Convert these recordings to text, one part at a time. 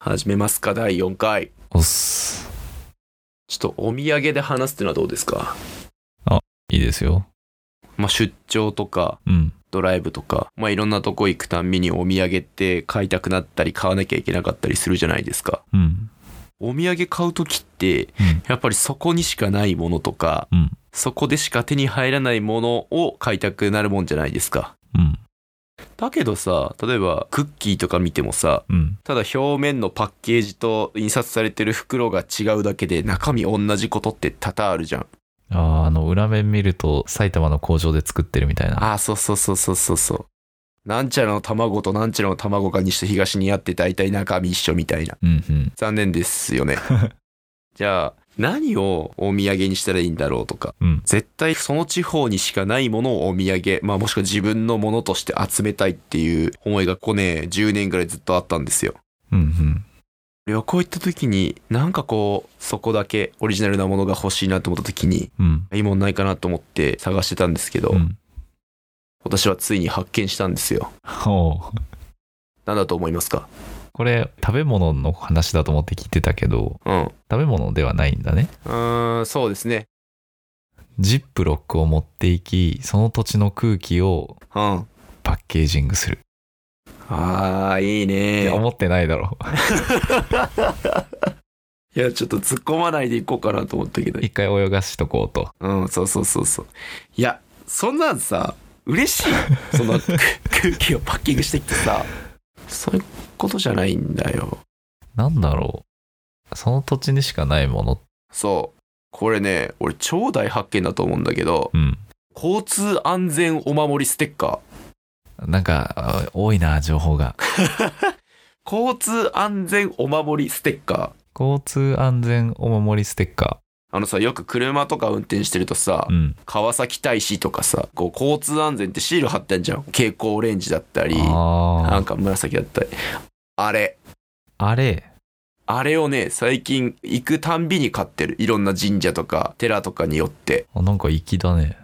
始めますか、第4回。おっす。ちょっとお土産で話すっていうのはどうですかいいですよ。まあ、出張とか、うん。ドライブとか、まあ、いろんなとこ行くたんびにお土産って買いたくなったり、買わなきゃいけなかったりするじゃないですか。うん。お土産買うときって、うん。やっぱりそこにしかないものとか、うん。そこでしか手に入らないものを買いたくなるもんじゃないですか。うん。だけどさ、例えばクッキーとか見てもさ、うん。ただ表面のパッケージと印刷されてる袋が違うだけで中身同じことって多々あるじゃん。ああ、あの、裏面見ると埼玉の工場で作ってるみたいな。ああ、そうそうそうそうそうそう。なんちゃらの卵となんちゃらの卵が西と東にあって大体中身一緒みたいな。うんうん。残念ですよね。 じゃあ、何をお土産にしたらいいんだろうとか。うん。絶対その地方にしかないものをお土産、まあもしくは自分のものとして集めたいっていう思いがここね、10年ぐらいずっとあったんですよ。うんうん。旅行行った時に、なんかこう、そこだけオリジナルなものが欲しいなと思った時に、うん。いいもんないかなと思って探してたんですけど、うん。私はついに発見したんですよ。ほう。何だと思いますかこれ、食べ物の話だと思って聞いてたけど、うん。う食べ物ではないんだね。ーん、そうですね。ジップロックを持っていき、その土地の空気をうん。あパッケージングする。あ、いいいやね。思ってないだろ。いや、ちょっと突っ込まないでいこうかなと思ったけど。一回泳がしとこうと。うん、そうそうそうそう。いや、そんなんさ、嬉し い。その空気をパッキングしてきてさ、そういうことじゃないんだよ。なんだろう。その土地にしかないもの。そう。これね、俺超大発見だと思うんだけど、うん。交通安全お守りステッカなんか、あ多いな、情報が。ー。交通安全お守りステッカー。交通安全お守りステッカあのさ、よく車とか運転してるとさ、ー。うん。川崎大使とかさ、こう、交通安全ってシール貼ってんじゃん。蛍光オレンジだったり、なあんか紫だったり。あれ、あ。あれ。あれをね、最近行くたんびに買ってる。いろんな神社とか寺とかによって。あなんか粋だね。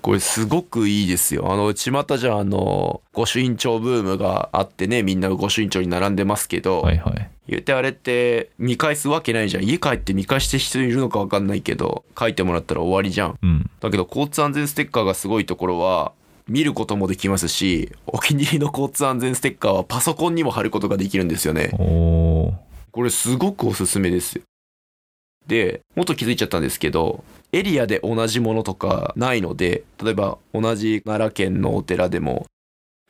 これすごくいいですよ。あの、巷じゃあの、御朱印帳ブームがあってね、みんな御朱印帳に並んでますけど、はいはい。言うてあれって見返すわけないじゃん。家帰って見返してる人いるのかわかんないけど、書いてもらったら終わりじゃん。うん。だけど交通安全ステッカーがすごいところは、見ることもできますし、お気に入りの交通安全ステッカーはパソコンにも貼ることができるんですよね。おー。これすごくおすすめですよ。で、もっと気づいちゃったんですけど、エリアで同じものとかないので、例えば同じ奈良県のお寺でも、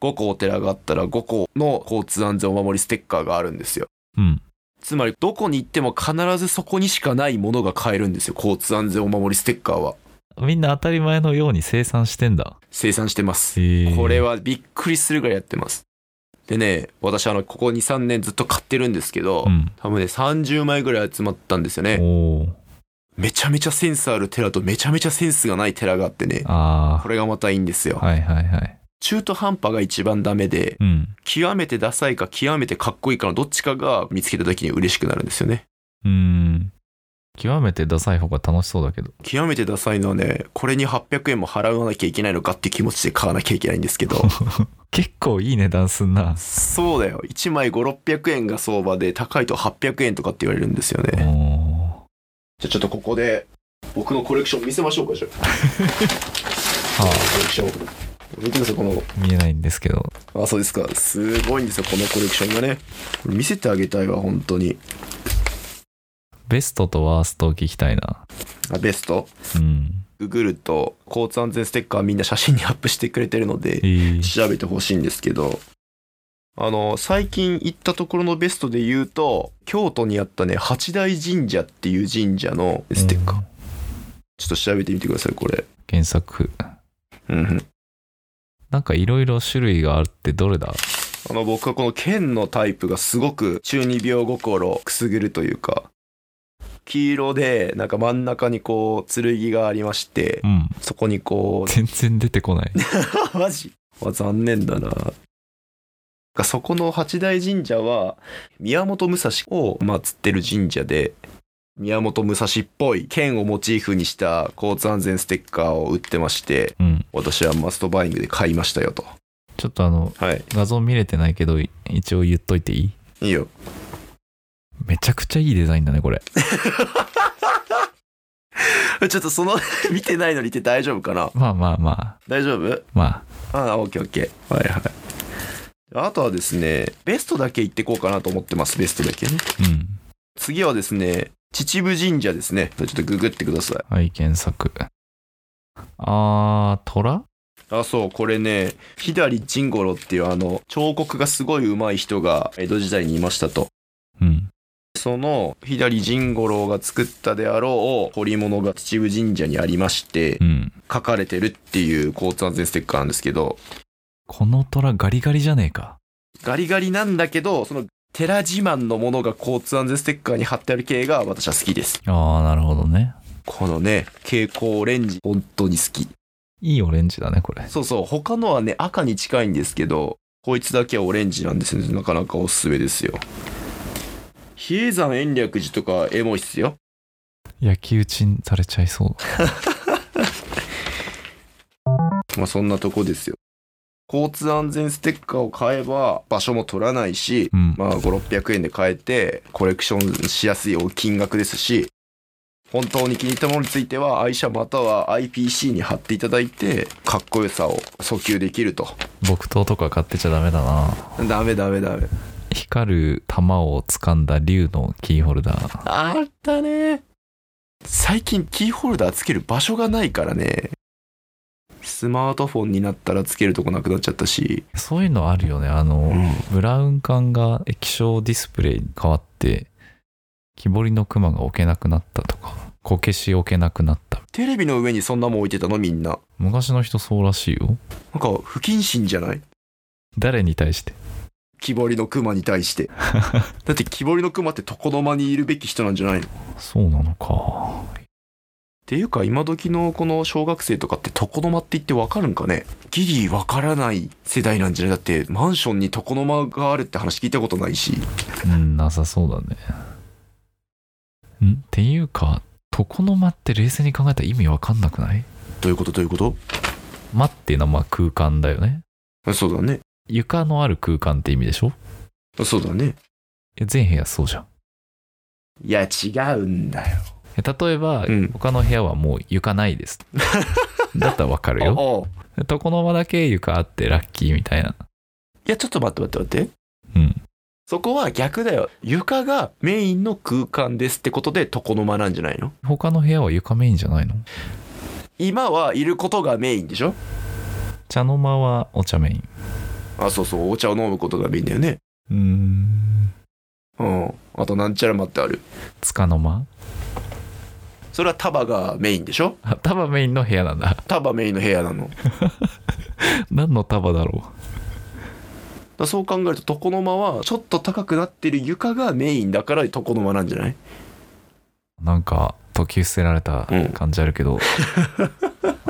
5個お寺があったら5個の交通安全お守りステッカーがあるんですよ。うん。つまり、どこに行っても必ずそこにしかないものが買えるんですよ。交通安全お守りステッカーは。みんな当たり前のように生産してんだ。生産してます。へえ。これ。はびっくりするぐらいやってます。でね、私あの、ここ2、3年ずっと買ってるんですけど、うん。多分ね、30枚ぐらい集まったんですよね。おー。めちゃめちゃセンスある寺とめちゃめちゃセンスがない寺があってね、あこれがまたいいんですよあ。。はいはいはい。中途半端が一番ダメで、うん。極めてダサいか極めてかっこいいかのどっちかが見つけた時に嬉しくなるんですよね。うーん。極めてダサい方が楽しそうだけど。極めてダサいのはね、これに800円も払わなきゃいけないのかって気持ちで買わなきゃいけないんですけど、結構いい値段すんな。そうだよ。1枚5、600円が相場で、高いと800円とかって言われるんですよおね。ー。じゃあちょっとここで、僕のコレクション見せましょうか、じゃあ。はコレクション。見てください、このあ、見えないんですけど。あ、そうですか。すごいんですよ、このコレクションがね。これ見せてあげたいわ、本当に。ベストとワーストを聞きたいな。あ、ベスト。うん。ググると、交通安全ステッカーみんな写真にアップしてくれてるので、ええ。調べてほしいんですけど、あの、最近行ったところのベストで言うと、京都にあったね、八大神社っていう神社のステッカー。うんちょっと調べてみてください、これ。検索。うんうん。なんかいろいろ種類があってどれだあの、僕はこの剣のタイプがすごく中二病心をくすぐるというか、黄色で、なんか真ん中にこう、剣がありましてう、 ん。そこにこ全然出てこない。う、 マジあ残念だな。がそこの八大神社は、宮本武蔵を祀ってる神社で、宮本武蔵っぽい剣をモチーフにした交通安全ステッカーを売ってまして、うん。私はマストバイングで買いましたよと。ちょっとあの、はい。画像見れてないけど、い一応言っといていいいいよ。めちゃくちゃいいデザインだね、これ。 ちょっとその 見てないのにって大丈夫かなまあまあまあ。大丈夫まああ、オッケーオッケー。はいはい。あとはですね、ベストだけ行ってこうかなと思ってます、ベストだけね。あ、うん。次はですね、秩父神社ですね。ちょっとググってください。はい、検索。あー、虎あ、そう、これね、左甚五郎っていうあの、彫刻がすごい上手い人が江戸時代にいましたと。うん。その左甚五郎が作ったであろう彫り物が秩父神社にありましてう、ん。書かれてるっていう交通安全ステッカーなんですけど、この虎ガリガリじゃねえか。ガリガリなんだけど、その寺自慢のものが交通安全ステッカーに貼ってある系が私は好きです。あー、なるほどね。このね、蛍光オレンジ、本当に好き。いいオレンジだね、これ。そうそう、他のはね、赤に近いんですけど、こいつだけはオレンジなんですね。なかなかおすすめですよ。比叡山延暦寺とかエモいっすよ。焼き討ちにされちゃいそう。まあそんなとこですよ。交通安全ステッカーを買えば場所も取らないし、うん。まあ5、600円で買えてコレクションしやすい金額ですし、本当に気に入ったものについては愛車または IPC に貼っていただいて、かっこよさを訴求できると。木刀とか買ってちゃダメだな。ダメダメダメ。光る玉を掴んだ竜のキーホルダー。あったね。最近キーホルダーつける場所がないからね。スマートフォンになったらつけるとこなくなっちゃったし。そういうのあるよね。あの、ブラウン管が液晶ディスプレイに変わって、木彫りのクマが置けなくなったとか、こけし置けなくなった。テレビの上にそんなもん置いてたのみんな。昔の人そうらしいよ。なんか不謹慎じゃない誰に対して。木彫りのクマに対して。だって木彫りのクマって床の間にいるべき人なんじゃないのっそうなのか。ていうか今時のこの小学生とかって床の間って言ってわかるんかねギリわからない世代なんじゃないだってマンションに床の間があるって話聞いたことないし。うん、なさそうだね。んっていうか、床の間って冷静に考えたら意味わかんなくないどういうことどういうこと間っていうのはまあ空間だよね。あそうだね。床のある空間って意味でしょあそうだね。いや全部屋そうじゃん。いや違うんだよ。え例えば、うん他の部屋はもう床ないです だったらわかるよおお床の間だけ床あってラッキーみたいないやちょっと待って待って待って。うんそこは逆だよ。床がメインの空間ですってことで床の間なんじゃないの他の部屋は床メインじゃないの今はいることがメインでしょ茶の間はお茶メインあそうそうお茶を飲むことがメインだよね。うーんうん。あとなんちゃら間ってある。つかの間それは束がメインでしょあ束メインの部屋なんだ 束メインの部屋なの。だか何の束だろらそう考えると床の間はちょっと高くなってる床がメインだから床の間なんじゃないうなんか解き伏せられた感じあ るけど、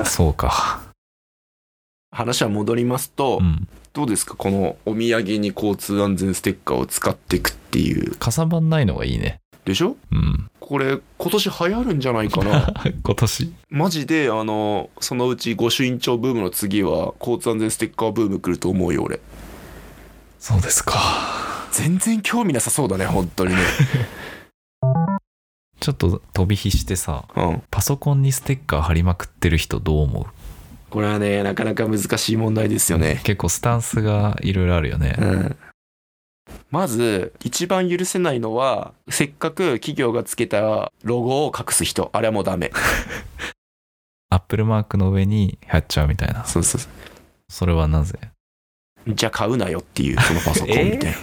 そうか話は戻りますと、うんどうですかこのお土産に交通安全ステッカーを使っていくっていう。かさばんないのがいいねでしょうん これ今年流行るんじゃないか な今年マジであのそのうち御朱印帳ブームの次は交通安全ステッカーブーム来ると思うよ俺そうですか全然興味なさそうだね本当にねちょっと飛び火してさ、うんパソコンにステッカー貼りまくってる人どう思うこれはねなかなか難しい問題ですよね結構スタンスがいろいろあるよねう。んまず一番許せないのはせっかく企業がつけたロゴを隠す人あれはもうダメアップルマークの上に貼っちゃうみたいな。そうそうそそれはなぜうじゃあ買うなよっていうそのパソコンみ たいな、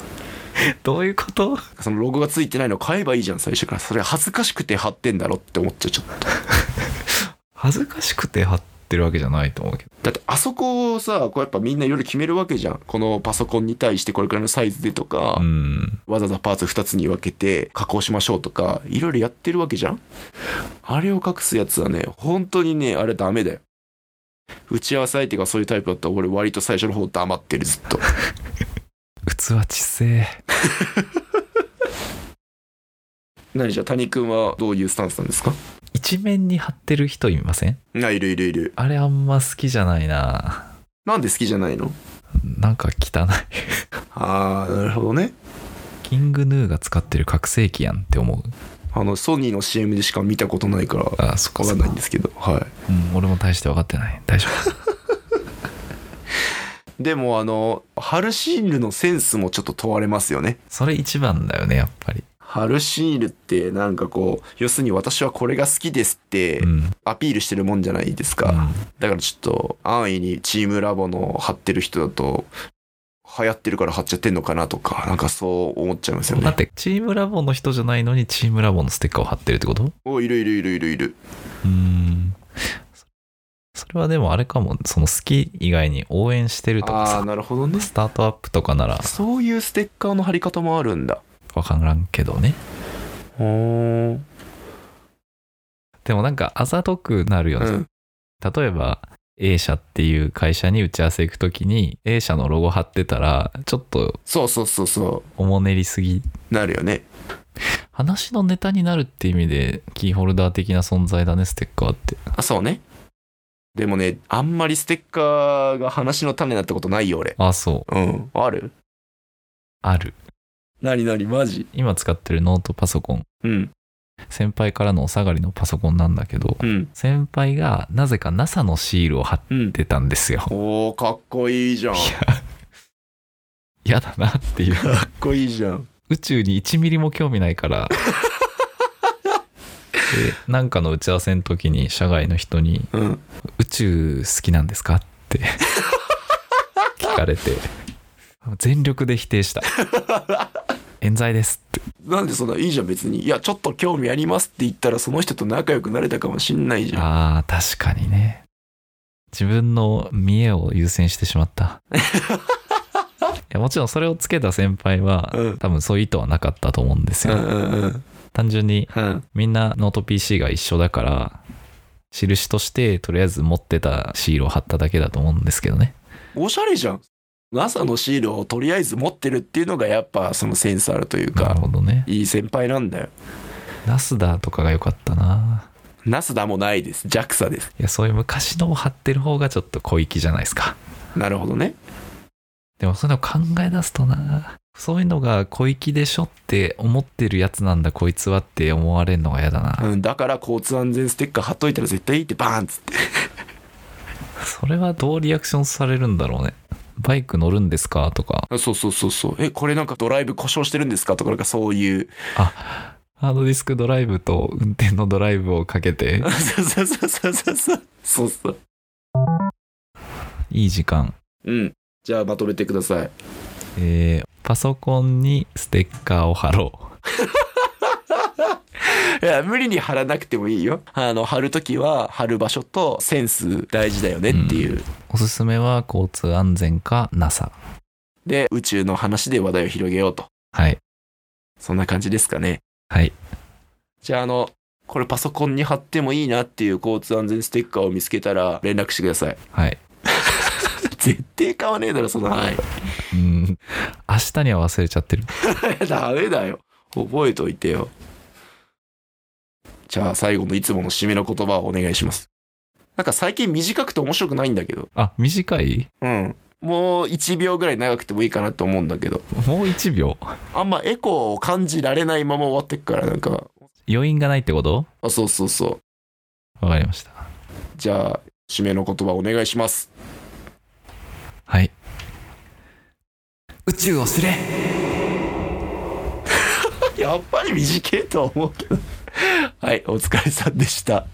どういうことそのロゴがついてないの買えばいいじゃん最初からそれ恥ずかしくて貼ってんだろって思っちゃうちょっと恥ずかしくて貼ってるわけじゃないと思うけど。だってあそこをさこうやっぱみんないろいろ決めるわけじゃんこのパソコンに対してこれくらいのサイズでとかう、ん。わざわざパーツ2つに分けて加工しましょうとかいろいろやってるわけじゃんあれを隠すやつはね本当にねあれダメだよ打ち合わせ相手がそういうタイプだったら俺割と最初の方黙ってるずっと 器小せえ。何じゃあ谷君はどういうスタンスなんですか一面に貼ってる人いませんあいるいるいるあれあんま好きじゃないな。なんで好きじゃないのなんか汚い。ああなるほどねキングヌーが使ってる拡声器やんって思うあのソニーの CM でしか見たことないからあそっかわかそんっないかんですけどはいうん、俺も大して分かってない大丈 夫でもあのハルシールのセンスもちょっと問われますよねそれ一番だよねやっぱり、ハルシールってなんかこう要するに私はこれが好きですってうんうんアピールしてるもんじゃないですか、だからちょっと安易にチームラボの貼ってる人だと流行ってるから貼っちゃってんのかなとかなんかそう思っちゃいますよだっねてチームラボの人じゃないのにチームラボのステッカーを貼ってるってことおいるいるいるいるいるうんそそれはでもあれかもその好き以外に応援してるとかああーさなるほどねスタートアップとかならそういうステッカーの貼り方もあるんだ分からんけどねほーんでもなんかあざとくなるよね、例えば A 社っていう会社に打ち合わせ行くときに A 社のロゴ貼ってたらちょっとそうそうそうそおもねりすぎうなるよね話のネタになるって意味でキーホルダー的な存在だねステッカーってあそうねでもねあんまりステッカーが話の種になったことないよ俺あそううんあるあるなになにマジ今使ってるノートパソコンうん先輩からのお下がりのパソコンなんだけどうん先輩がなぜか NASA のシールを貼っうんてたんですよおーかっこいいじゃんいかや嫌だなっ ていうっこいいじゃん宇宙に1ミリも興味ないからでなんかの打ち合わせの時に社外の人にうん「宇宙好きなんですか?」って 聞かれて全力で否 定した「冤罪です」ってなんでそんないいじゃん別にいやちょっと興味ありますって言ったらその人と仲良くなれたかもしんないじゃんあー確かにね自分の見栄を優先してしまった いやもちろんそれをつけた先輩は、うん多分そういう意図はなかったと思うんですうよ、んうんうん単純にうんみんなノート PC が一緒だから印としてとりあえず持ってたシールを貼っただけだと思うんですけどねおしゃれじゃん NASA のシールをとりあえず持ってるっていうのがやっぱそのセンスあるというなかるほどねいい先輩なんだよナスダとかが良かったな NASA もないです JAXA ですいやそういう昔のを貼ってる方がちょっと小粋じゃないですかなるほどねでもそういうの考え出すとなそういうのが小粋でしょって思ってるやつなんだこいつはって思われるのが嫌だな、うんだから交通安全ステッカー貼っといたら絶対いいってバーンっつってそれはどうリアクションされるんだろうねバイク乗るんですかとかそうそうそうそうえこれなんかドライブ故障してるんですかとかなんかそういうハードディスクドライブと運転のドライブをかけてそうそうそうそうそうそうそういい時間うんじゃあまとめてくださいえーパソコンにステッカーを貼ろう。いや無理に貼らなくてもいいよあの貼るときは貼る場所とセンス大事だよねっていう、おすすめは交通安全か NASA。で宇宙の話で話題を広げようとはい。そんな感じですかねはい。じゃああのこれパソコンに貼ってもいいなっていう交通安全ステッカーを見つけたら連絡してくださいはい。絶対買わねえだろその範囲うん。明日には忘れちゃってる。 ダメだよ覚えといてよじゃあ最後のいつもの締めの言葉をお願いしますなんか最近短くて面白くないんだけどあ、短いうんもう1秒ぐらい長くてもいいかなと思うんだけどもう1秒。あんまエコーを感じられないまま終わってくから、なんか、余韻がないってことあ、そうそうそう。わかりました。じゃあ、締めの言葉お願いします。はい。宇宙を知れやっぱり短いとは思うけど。はい、お疲れさんでした。